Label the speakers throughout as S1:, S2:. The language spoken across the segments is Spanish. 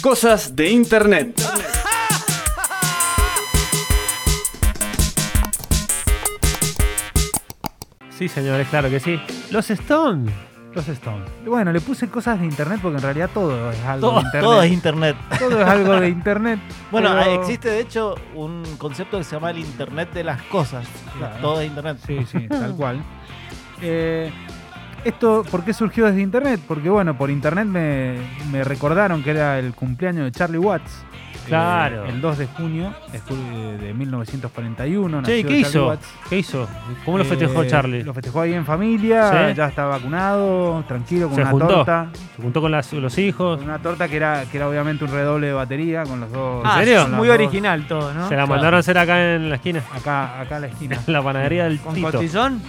S1: Cosas de Internet.
S2: Sí, señores, claro que sí. Los Stones.
S3: Los Stones. Bueno, le puse cosas de internet porque en realidad todo es algo
S4: Todo,
S3: de internet.
S4: todo es internet.
S3: Todo es algo de internet.
S4: Bueno,
S3: pero-
S4: existe de hecho un concepto que se llama el internet de las cosas.
S3: Claro.
S4: Todo es internet.
S3: Sí, sí, tal cual. Eh, esto, ¿por qué surgió desde internet? Porque bueno, por internet me, me recordaron que era el cumpleaños de Charlie Watts. Eh,
S2: Claro.
S3: el 2 de junio estu- de 1941.
S2: Che,
S3: nació
S2: ¿qué
S3: Charlie
S2: hizo?
S3: Watts.
S2: ¿Qué hizo? ¿Cómo lo festejó
S3: Eh,
S2: Charlie?
S3: Lo festejó ahí en familia,
S2: Sí.
S3: ya está vacunado, tranquilo, con
S2: Se
S3: una
S2: juntó.
S3: torta.
S2: Se juntó con las- los hijos,
S3: Con una torta que era, que era obviamente un redoble de batería con los dos.
S2: Ah, ¿En serio?
S3: con las
S5: Muy
S3: dos-
S5: original todo, ¿no?
S2: se la mandaron a hacer acá en la esquina,
S3: Acá, acá a la esquina.
S2: en la panadería del
S5: Con
S2: Tito.
S5: cotillón.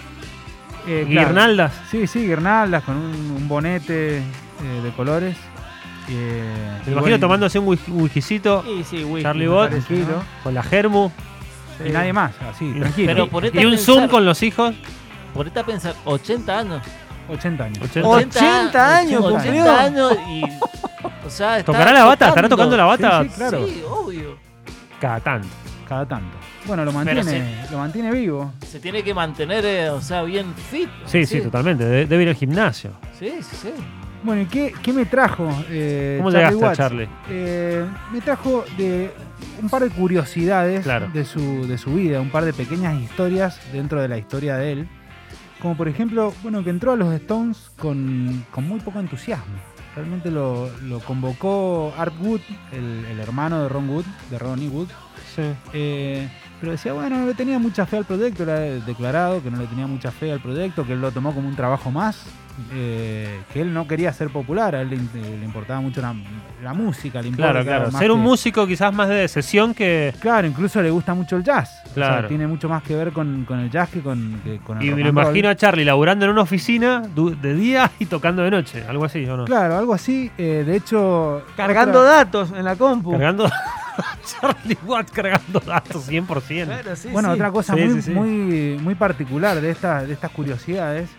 S3: Eh, claro.
S2: Guirnaldas.
S3: Sí, sí, guirnaldas con un, un bonete eh, de colores. Eh,
S2: Me
S3: y
S2: imagino
S3: bueno,
S2: tomándose un whisky- whiskycito
S5: Sí, sí, güey.
S2: Charlie
S3: me
S2: Watt.
S3: parece, ¿no?
S2: con la germu
S3: Y nadie más, así, tranquilo.
S4: Pero ponete a
S2: eh, y un
S4: pensar-
S2: zoom con los hijos.
S4: Ponete a pensar, 80 años.
S3: 80 años.
S2: 80.
S5: 80 años
S4: 80
S5: cumplió.
S4: años y. O sea, está
S2: ¿Tocará la bata? ¿Estará
S4: tocando.
S2: tocando la bata?
S3: Sí, sí, claro.
S4: Sí, obvio.
S2: Cada tanto.
S3: Cada tanto. Bueno, lo
S4: Pero
S3: mantiene, lo mantiene vivo.
S4: Se tiene que mantener, eh, o sea, bien fit.
S2: Sí, sí, totalmente. De- Debe ir al gimnasio.
S4: Sí, sí, sí.
S3: Bueno, ¿y qué, qué me trajo? eh,
S2: ¿Cómo
S3: Charlie
S2: llegaste a
S3: Watts?
S2: Charlie?
S3: Eh, me trajo de un par de curiosidades
S2: Claro.
S3: de, su, de su vida, un par de pequeñas historias dentro de la historia de él. Como por ejemplo, bueno, que entró a los Stones con, con muy poco entusiasmo. Realmente lo, lo convocó Art Wood, el, el hermano de Ron Wood, de Ronnie Wood.
S2: Sí.
S3: Eh, pero decía, bueno, no le tenía mucha fe al proyecto, era declarado que no le tenía mucha fe al proyecto, que él lo tomó como un trabajo más, eh, que él no quería ser popular, a él le, in- le importaba mucho la, la música, le importaba
S2: Claro, claro. Ser un músico quizás más de sesión que.
S3: Claro, incluso le gusta mucho el jazz. O sea,
S2: Claro.
S3: tiene mucho más que ver con, con el jazz que con, que con el
S2: Y
S3: rock
S2: me lo
S3: and roll.
S2: imagino a Charlie laburando en una oficina du- de día y tocando de noche. Algo así, ¿o no?
S3: Claro, algo así. eh, de hecho.
S5: Cargando
S3: otra-
S5: datos en la compu.
S2: Cargando. Charlie Watt cargando datos 100%.
S5: Claro, sí,
S3: Bueno,
S5: sí.
S3: otra cosa
S2: Sí,
S3: muy,
S2: sí, sí.
S3: Muy, muy particular de, esta- de estas curiosidades,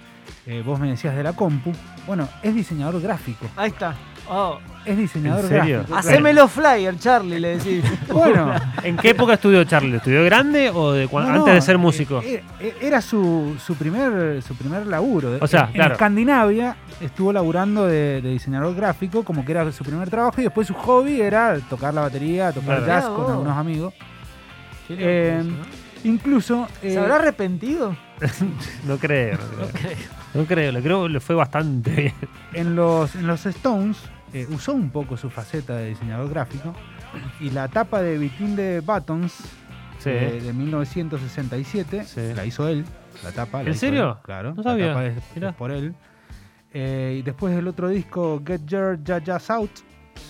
S3: eh, vos me decías de la compu, bueno, es diseñador gráfico.
S5: Ahí está.
S4: Oh,
S3: Es diseñador
S2: ¿En serio?
S3: gráfico.
S5: Haceme los flyer, Charlie, le decís.
S3: Bueno,
S2: ¿En qué época estudió Charlie? ¿Estudió grande o de cuan-
S3: no,
S2: antes
S3: no,
S2: de ser
S3: eh,
S2: músico?
S3: eh, eh, Era su, su primer su primer laburo.
S2: O sea,
S3: en, en
S2: claro.
S3: Escandinavia estuvo laburando de, de diseñador gráfico, como que era su primer trabajo, y después su hobby era tocar la batería, tocar
S2: Claro.
S3: jazz
S5: Mirá
S3: con
S5: vos.
S3: algunos amigos.
S5: Qué loco
S3: Eh,
S5: eso, ¿no?
S3: Incluso. eh,
S5: ¿Se habrá arrepentido?
S2: No creo, no creo. No creo, lo creo, le fue bastante bien.
S3: en los, en los Stones eh, usó un poco su faceta de diseñador gráfico y la tapa de Between the Buttons
S2: Sí.
S3: eh, de 1967
S2: Sí.
S3: la hizo él, la tapa. la
S2: ¿En
S3: hizo
S2: serio?
S3: él, claro.
S2: No sabía.
S3: La tapa es, es
S2: Mirá.
S3: por él. Eh, y después el otro disco, Get Your Jazz Out,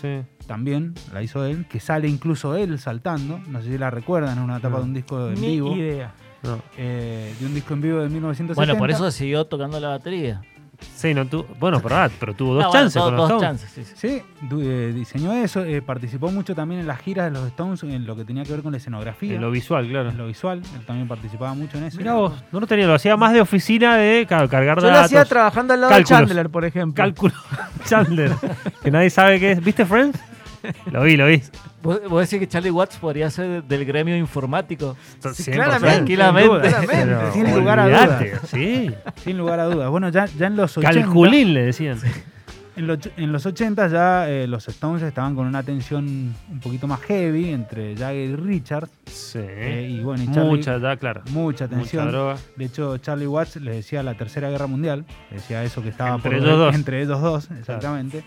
S2: sí.
S3: también la hizo él, que sale incluso él saltando. No sé si la recuerdan, es una tapa
S2: No.
S3: de un disco en
S5: Ni
S3: vivo.
S5: idea.
S2: No.
S3: eh, de un disco en vivo de 1970.
S4: Bueno, por eso siguió tocando la batería.
S2: Sí, no tu- bueno, pero, ah, pero tuvo dos
S4: Ah, bueno,
S2: chances
S4: dos-
S2: con los
S4: dos
S2: Stones.
S4: chances, sí, sí.
S3: Sí, du- eh, diseñó eso, eh, participó mucho también en las giras de los Stones, en lo que tenía que ver con la escenografía,
S2: En lo visual, claro.
S3: en lo visual, él también participaba mucho en eso.
S2: Mirá vos, no lo tenía, lo hacía más de oficina de claro, cargar
S5: Yo lo
S2: datos.
S5: hacía trabajando al lado
S2: Cálculos.
S5: de Chandler, por ejemplo.
S2: Cálculo Chandler, que nadie sabe qué es. ¿Viste Friends? Lo vi, lo vi.
S4: ¿Vos, vos decís que Charlie Watts podría ser del gremio informático.
S2: 100%.
S5: claramente.
S4: Tranquilamente.
S2: Pero
S3: sin lugar a
S2: olvidate,
S3: dudas.
S2: Sí.
S3: Sin lugar a dudas. Bueno, ya, ya en los 80,
S2: Calculín le decían.
S3: en, los och- en los 80 ya eh, los Stones estaban con una tensión un poquito más heavy entre Jagger y Richard.
S2: Sí.
S3: eh, y bueno, y Charlie-
S2: Mucha, ya, claro.
S3: mucha tensión.
S2: Mucha droga.
S3: De hecho, Charlie Watts les decía la Tercera Guerra Mundial, les decía eso que estaba
S2: Entre
S3: por
S2: ellos dos.
S3: entre ellos dos, exactamente.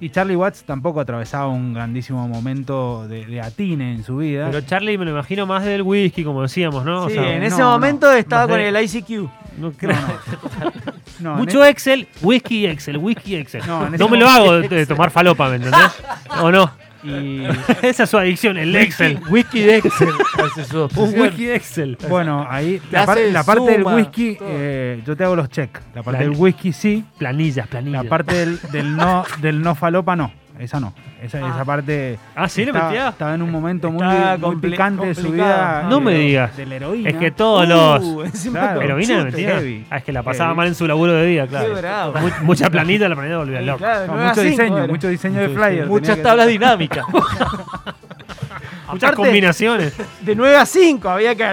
S3: Y Charlie Watts tampoco atravesaba un grandísimo momento de, de atine en su vida.
S2: Pero Charlie me lo imagino más del whisky, como decíamos, ¿no? O
S5: Sí,
S2: sea,
S5: en
S3: no,
S5: ese
S3: no,
S5: momento estaba
S2: no
S5: con
S2: sé.
S5: el ICQ.
S2: no
S3: No,
S2: creo.
S3: no. No, en e-,
S2: Mucho Excel, whisky Excel, whisky Excel.
S3: No,
S2: No,
S3: en ese
S2: me lo hago de, de tomar falopa, ¿me entendés? ¿O no?
S3: e- y,
S2: Esa es su adicción, el Excel.
S4: Whisky de Excel. parece su
S2: Un
S4: obsesión.
S2: whisky Excel.
S3: bueno, ahí
S4: Te
S3: la, par-
S4: hace
S3: la parte del
S4: suma,
S3: whisky,
S4: todo.
S3: eh, yo te hago los checks. La parte
S2: La-
S3: del whisky sí,
S2: Planillas, planillas.
S3: la parte del, del no del no falopa no, esa no. Esa,
S5: Ah.
S3: esa parte
S2: Ah, sí, le
S3: estaba,
S2: mentía.
S3: estaba en un momento muy,
S5: Está
S3: muy
S5: compli-
S3: picante de su vida.
S5: complicado.
S2: No
S3: de
S2: me
S3: lo-
S2: digas.
S3: De la heroína.
S2: Es que todos los.
S5: Uh, encima
S3: Claro.
S5: con
S2: Heroína le
S5: chute.
S2: mentía.
S3: heavy.
S2: Ah, es que la pasaba
S3: Heavy.
S2: mal en su laburo de día,
S5: Qué
S2: claro.
S5: bravo.
S2: Mu- mucha planita, la planita volvía loca.
S3: No,
S5: Claro, no era
S3: mucho
S5: así,
S3: diseño,
S5: joder.
S3: mucho diseño de
S5: Mucho
S3: flyers.
S4: Muchas
S3: tenía que
S4: tablas
S3: hacer.
S4: dinámicas.
S2: Muchas
S5: Aparte-
S2: combinaciones.
S5: De 9 a 5 había que.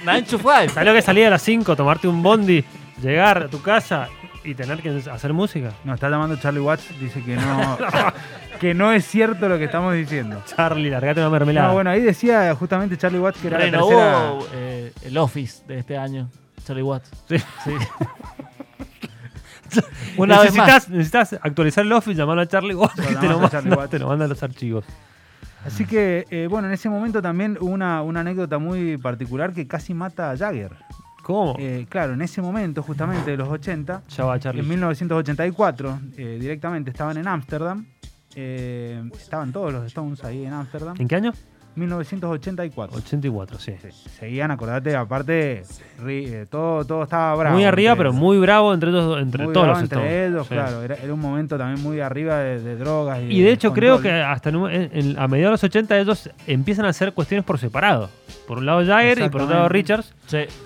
S4: Nine to five.
S2: ¿Sabes lo que salía a las 5? Tomarte un bondi, llegar a tu casa y tener que hacer música.
S3: Nos está llamando Charlie Watts, dice que no, que no es cierto lo que estamos diciendo.
S2: Charlie, largate una mermelada.
S3: No, bueno, ahí decía justamente Charlie Watts que era la tercera.
S4: Renovó eh, el Office de este año. Charlie Watts.
S2: Sí.
S4: Sí. Una vez más.
S2: necesitas, necesitas actualizar el Office, llamarlo a Charlie Watts
S3: Lo
S2: y te lo,
S3: llamás a Charlie
S2: manda,
S3: Watts.
S2: te lo manda a los archivos.
S3: Así que, eh, bueno, en ese momento también hubo una, una anécdota muy particular que casi mata a Jagger.
S2: ¿Cómo?
S3: Eh, claro, en ese momento, justamente de los 80,
S2: ya va Charlie.
S3: en 1984, eh, directamente estaban en Ámsterdam. eh, estaban todos los Stones ahí en Ámsterdam.
S2: ¿En qué año?
S3: 1984.
S2: 84, sí.
S3: Sí, Seguían, acordate, aparte, ri- eh, todo, todo estaba bravo.
S2: muy arriba,
S3: entre-
S2: pero muy bravo entre, ellos- entre
S3: muy
S2: todos
S3: bravo
S2: los
S3: entre
S2: Stones.
S3: ellos,
S2: Sí.
S3: claro. Era, era un momento también muy arriba de, de drogas. Y,
S2: Y
S4: Mm,
S2: de hecho creo que
S3: control.
S2: hasta en un- en- en- a mediados de los 80 ellos empiezan a hacer cuestiones por separado. Por un lado Jagger y por otro lado
S3: Exactamente.
S2: Richards.
S4: Sí.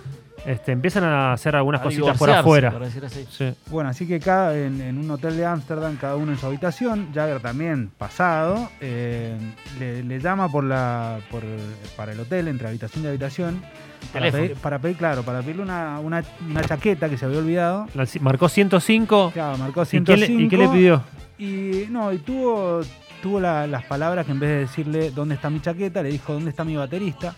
S2: Este, empiezan a hacer algunas
S4: A
S2: cositas por
S4: divorciarse,
S2: afuera.
S4: por decir así.
S2: Sí.
S3: Bueno, así que cada, en, en un hotel de Ámsterdam, cada uno en su habitación, Jagger también pasado, eh, le, le llama por la, por, para el hotel, entre habitación y habitación, para
S4: Teléfono.
S3: pedir, para pedir, claro, para pedirle una, una, una chaqueta que se había olvidado.
S2: La- Marcó 105.
S3: Claro, marcó
S2: ¿Y qué, le,
S3: 105.
S2: y qué le pidió?
S3: Y no, y tuvo, tuvo la- las palabras que en vez de decirle dónde está mi chaqueta, le dijo dónde está mi baterista.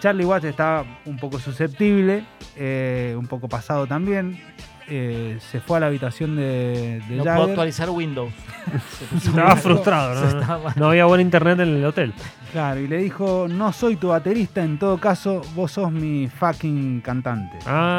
S3: Charlie Watts estaba un poco susceptible, eh, un poco pasado también. Eh, se fue a la habitación de, de
S4: No puedo
S3: Jagger.
S4: actualizar Windows. Se puso
S2: Estaba
S4: mal.
S2: frustrado.
S4: Se
S2: ¿no?
S4: estaba mal.
S2: No había buen internet en el hotel.
S3: Claro, y le dijo, no soy tu baterista, en todo caso, vos sos mi fucking cantante.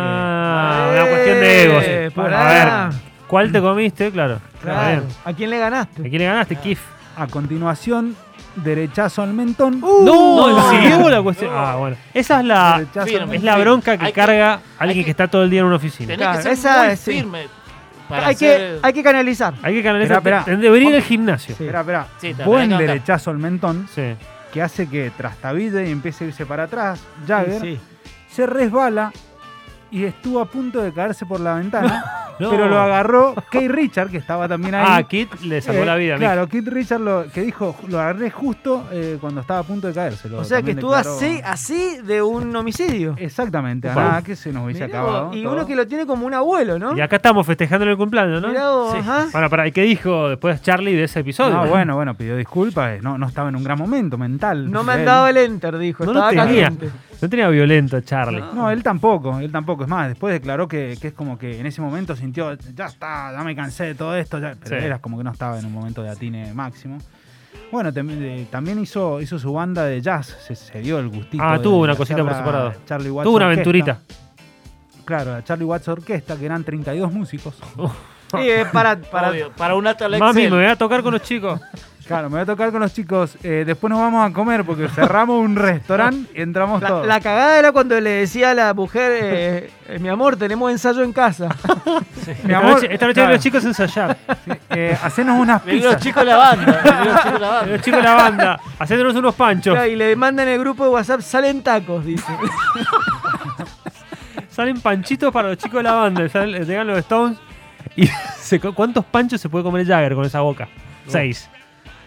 S2: Ah,
S5: Eh,
S2: una cuestión de egos.
S5: eh,
S2: A
S5: pará.
S2: ver, ¿cuál te comiste? Claro.
S5: Claro.
S2: Está
S5: ¿A quién le ganaste?
S2: bien. ¿A quién le ganaste? Kif.
S3: Eh, a continuación, derechazo al mentón.
S4: Uh.
S5: Uh,
S2: No,
S5: No.
S2: siguió la cuestión. Ah, bueno. Esa es la,
S3: Derechazo al
S4: Firme.
S2: es la bronca que
S4: Hay que-
S2: carga alguien
S4: hay
S2: que,
S4: que-
S2: está todo el día en una oficina.
S4: Tenés que
S5: Claro,
S4: ser
S5: esa
S4: muy
S5: es- sí.
S4: firme. Para
S5: Hay que,
S4: hacer-
S5: hay que canalizar.
S2: Hay que canalizar.
S3: Esperá, esperá. Oh,
S2: Ten- Debería ir al gimnasio.
S5: Sí.
S3: Espera, espera.
S4: Sí, te
S3: Buen
S4: tenés que aguantar.
S3: derechazo al mentón
S2: Sí.
S3: que hace que trastabille y empiece a irse para atrás. Jagger
S5: Sí, sí.
S3: se resbala y estuvo a punto de caerse por la ventana,
S2: No.
S3: pero lo agarró Kate Richard, que estaba también ahí.
S2: Ah, Kit le salvó
S3: Eh,
S2: la vida.
S3: Claro, Kate Richard lo, que dijo, lo agarré justo eh, cuando estaba a punto de caerse. lo-
S5: O sea que
S3: también
S5: estuvo
S3: declaró-
S5: así, así de un homicidio.
S3: Exactamente, a
S2: Upa.
S3: nada que Eh, se nos hubiese
S5: Mirá
S3: acabado.
S5: vos, y
S3: todo.
S5: uno que lo tiene como un abuelo, ¿no?
S2: Mick. Y acá estamos festejando el cumpleaños, ¿no?
S5: Mirá vos, ajá.
S2: Bueno, para, ¿y qué dijo después Charlie de ese episodio?
S3: ¿eh? Ah, bueno, bueno, pidió disculpas, eh, no, no estaba en un gran momento mental.
S5: No me han
S3: Él-
S5: dado el enter, dijo.
S2: No lo
S5: Estaba
S2: tenía.
S5: caliente.
S2: No tenía violento Charlie.
S3: No, él tampoco, él tampoco. Es más, después declaró que, que es como que en ese momento sintió, ya está, ya me cansé de todo esto, ya", pero
S2: Sí.
S3: era como que no estaba en un momento de atine máximo. Bueno, tem- eh, también hizo, hizo su banda de jazz, se, se dio el gustito.
S2: Ah,
S3: de-
S2: tuvo
S3: de
S2: una cosita por
S3: hacer la
S2: separado.
S3: Charlie Watts
S2: Tuvo una
S3: Orquesta.
S2: aventurita.
S3: Claro, la Charlie Watts Orquesta, que eran 32 músicos.
S5: Sí, es para, para
S4: Obvio, para un alto al
S2: Mami, me
S4: Excel.
S2: voy a tocar con los chicos.
S3: Claro, me voy a tocar con los chicos. eh, después nos vamos a comer porque cerramos un restaurante y entramos
S5: La,
S3: todos.
S5: la cagada era cuando le decía a la mujer, eh, eh, mi amor, tenemos ensayo en casa.
S3: Mi
S2: esta
S3: amor,
S2: noche, esta noche
S3: claro,
S2: los chicos a ensayar.
S3: eh, hacenos unas pizzas.
S4: Vinieron los chicos de la banda. vinieron los chicos de la banda.
S2: Los chicos de la banda, haciéndonos unos panchos.
S5: Claro, y le mandan en el grupo de WhatsApp, salen tacos, dice.
S2: Salen panchitos para los chicos de la banda. salen- Llegan los Stones. Y se co- ¿Cuántos panchos se puede comer Jagger con esa boca? Seis.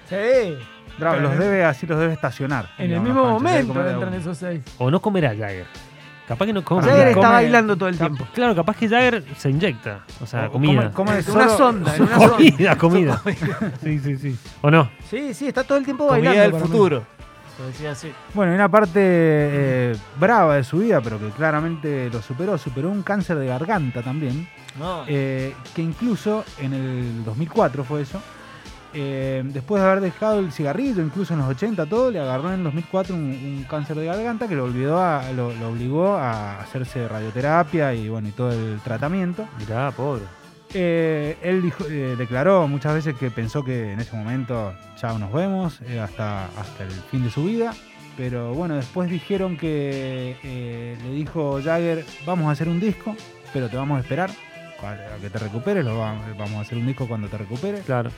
S5: Sí.
S3: Claro, los debe, así los debe estacionar.
S5: En el
S3: Digamos,
S5: mismo
S3: Pancho, debe
S5: momento
S3: comer de a
S5: entran
S3: uno.
S5: esos seis.
S2: O no comerá Jagger. Capaz que no come.
S3: Bueno,
S5: Jagger
S3: mira,
S5: está
S3: come-
S5: bailando todo el
S2: Cap-
S5: tiempo.
S2: Claro, capaz que Jagger se inyecta. O
S3: Oh,
S2: sea, comida.
S3: Come- come
S5: Una
S3: solo-
S5: sonda, en una sonda.
S2: Comida, comida. sí, sí, sí. ¿O no?
S5: Sí, sí, está todo el tiempo
S4: Comida
S5: bailando.
S4: del
S5: para mí.
S4: futuro. Por decir así.
S3: Bueno, y una parte eh, brava de su vida, pero que claramente lo superó, superó un cáncer de garganta también,
S4: No.
S3: eh, que incluso en el 2004 fue eso, eh, después de haber dejado el cigarrillo, incluso en los 80 todo, le agarró en el 2004 un, un cáncer de garganta que lo, olvidó a- lo, lo obligó a hacerse radioterapia y bueno, y todo el tratamiento.
S2: Mirá, pobre.
S3: Eh, él dijo- eh, declaró muchas veces que pensó que en ese momento ya nos vemos eh, hasta, hasta el fin de su vida. Pero bueno, después dijeron que eh, le dijo Jagger, vamos a hacer un disco, pero te vamos a esperar. a que te recuperes, lo va- vamos a hacer un disco cuando te recuperes.
S2: Claro.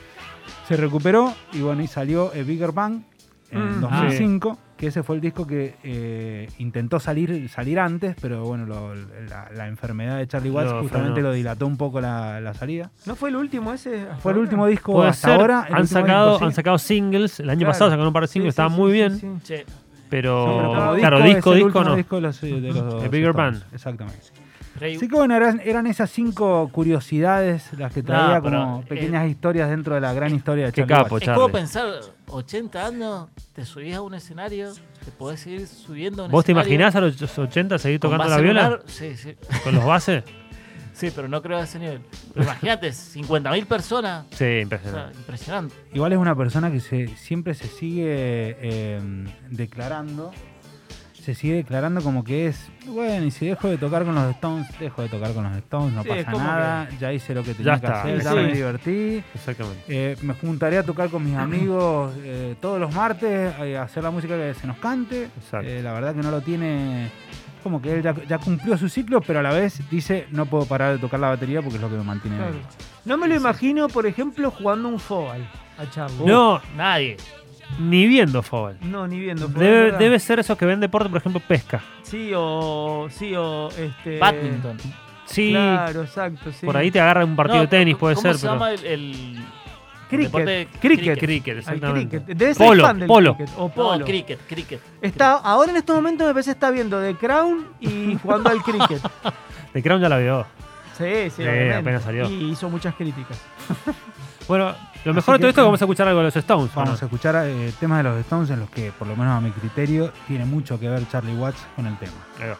S3: Se recuperó y bueno, y salió eh, Bigger Bang en
S2: ah,
S5: Mm.
S3: 2005, que ese fue el disco que eh, intentó salir, salir antes, pero bueno, lo- la, la enfermedad de Charlie Watts
S2: Lo
S3: justamente
S2: frenó.
S3: lo dilató un poco la, la salida.
S5: ¿No fue el último ese?
S3: Fue el último disco
S2: Puede
S3: hasta
S2: ser,
S3: ahora. el
S2: han
S3: último
S2: sacado,
S3: disco,
S2: han
S3: sí.
S2: sacado singles. El año
S5: Claro.
S2: pasado sacaron un par de singles, estaban muy bien. Pero,
S3: Sí, pero como
S2: claro,
S3: disco es
S2: disco,
S3: el
S2: disco
S3: último
S2: no.
S3: disco de los, eh, de los
S2: The Bigger
S3: Stones,
S2: Band.
S3: Exactamente.
S4: Rey-
S3: Sí que bueno, eran, eran esas cinco curiosidades las que traía
S4: No, pero,
S3: como
S4: eh,
S3: pequeñas historias dentro de la gran historia de
S2: eh, qué
S3: Charlie
S2: capo,
S3: Watts.
S4: es como
S2: Charlie.
S4: pensar, 80 años, te subís a un escenario, te podés seguir subiendo a un
S2: ¿Vos te
S4: escenario
S2: imaginás a los 80 seguir
S4: con
S2: tocando la
S4: base
S2: viola?
S4: lunar? Sí, sí.
S2: ¿Con los bases?
S4: Sí, pero no creo a ese nivel. Pero imagínate, 50.000 personas.
S2: Sí,
S4: O sea,
S2: impresionante.
S4: impresionante.
S3: Igual es una persona que se, siempre se sigue eh, declarando. Se sigue declarando como que es, bueno, y si dejo de tocar con los Stones, dejo de tocar con los Stones, no
S5: Sí, es
S3: pasa
S5: como
S3: nada, ya hice lo que tenía
S2: Ya
S3: que
S2: está,
S3: hacer, ya
S5: sí.
S3: me divertí,
S2: Exactamente.
S3: eh, me juntaré a tocar con mis amigos eh, todos los martes, eh, a hacer la música que se nos cante,
S2: Exacto.
S3: Eh, la verdad que no lo tiene. Como que él ya, ya cumplió su ciclo, pero a la vez dice: No puedo parar de tocar la batería porque es lo que me mantiene.
S5: Claro.
S3: vivo".
S5: No me lo imagino, por ejemplo, jugando un fobal a Charlie.
S2: No,
S4: Nadie.
S2: ni viendo fútbol.
S5: Uh. No, ni viendo. fue
S2: Debe,
S5: verdad.
S2: debe ser esos que ven deporte, por ejemplo, pesca.
S5: Sí, o. Sí, o. Este,
S4: Badminton.
S2: Sí,
S5: Claro, exacto. Sí.
S2: por ahí te agarran un Eh, partido
S4: No,
S2: de tenis, puede
S4: ¿cómo
S2: ser.
S4: se
S2: pero...
S4: llama el, el
S5: Cricket.
S4: deporte?
S5: Cricket.
S2: Cricket,
S5: Al
S2: exactamente.
S5: cricket. Debe ser
S2: Polo,
S5: fan del
S2: polo.
S5: cricket, O polo.
S4: No, cricket, cricket.
S5: Está, ahora en estos momentos me parece está viendo The Crown y jugando al cricket.
S2: De Crown ya la veo.
S5: Sí, sí,
S2: Sí,
S5: obviamente.
S2: apenas salió.
S5: Y hizo muchas críticas.
S2: Bueno, lo mejor de
S3: que-
S2: todo esto es que vamos a escuchar algo de los Stones. ¿o no?
S3: Vamos a escuchar eh, temas de los Stones en los que, por lo menos a mi criterio, tiene mucho que ver Charlie Watts con el tema.
S2: Ahí va.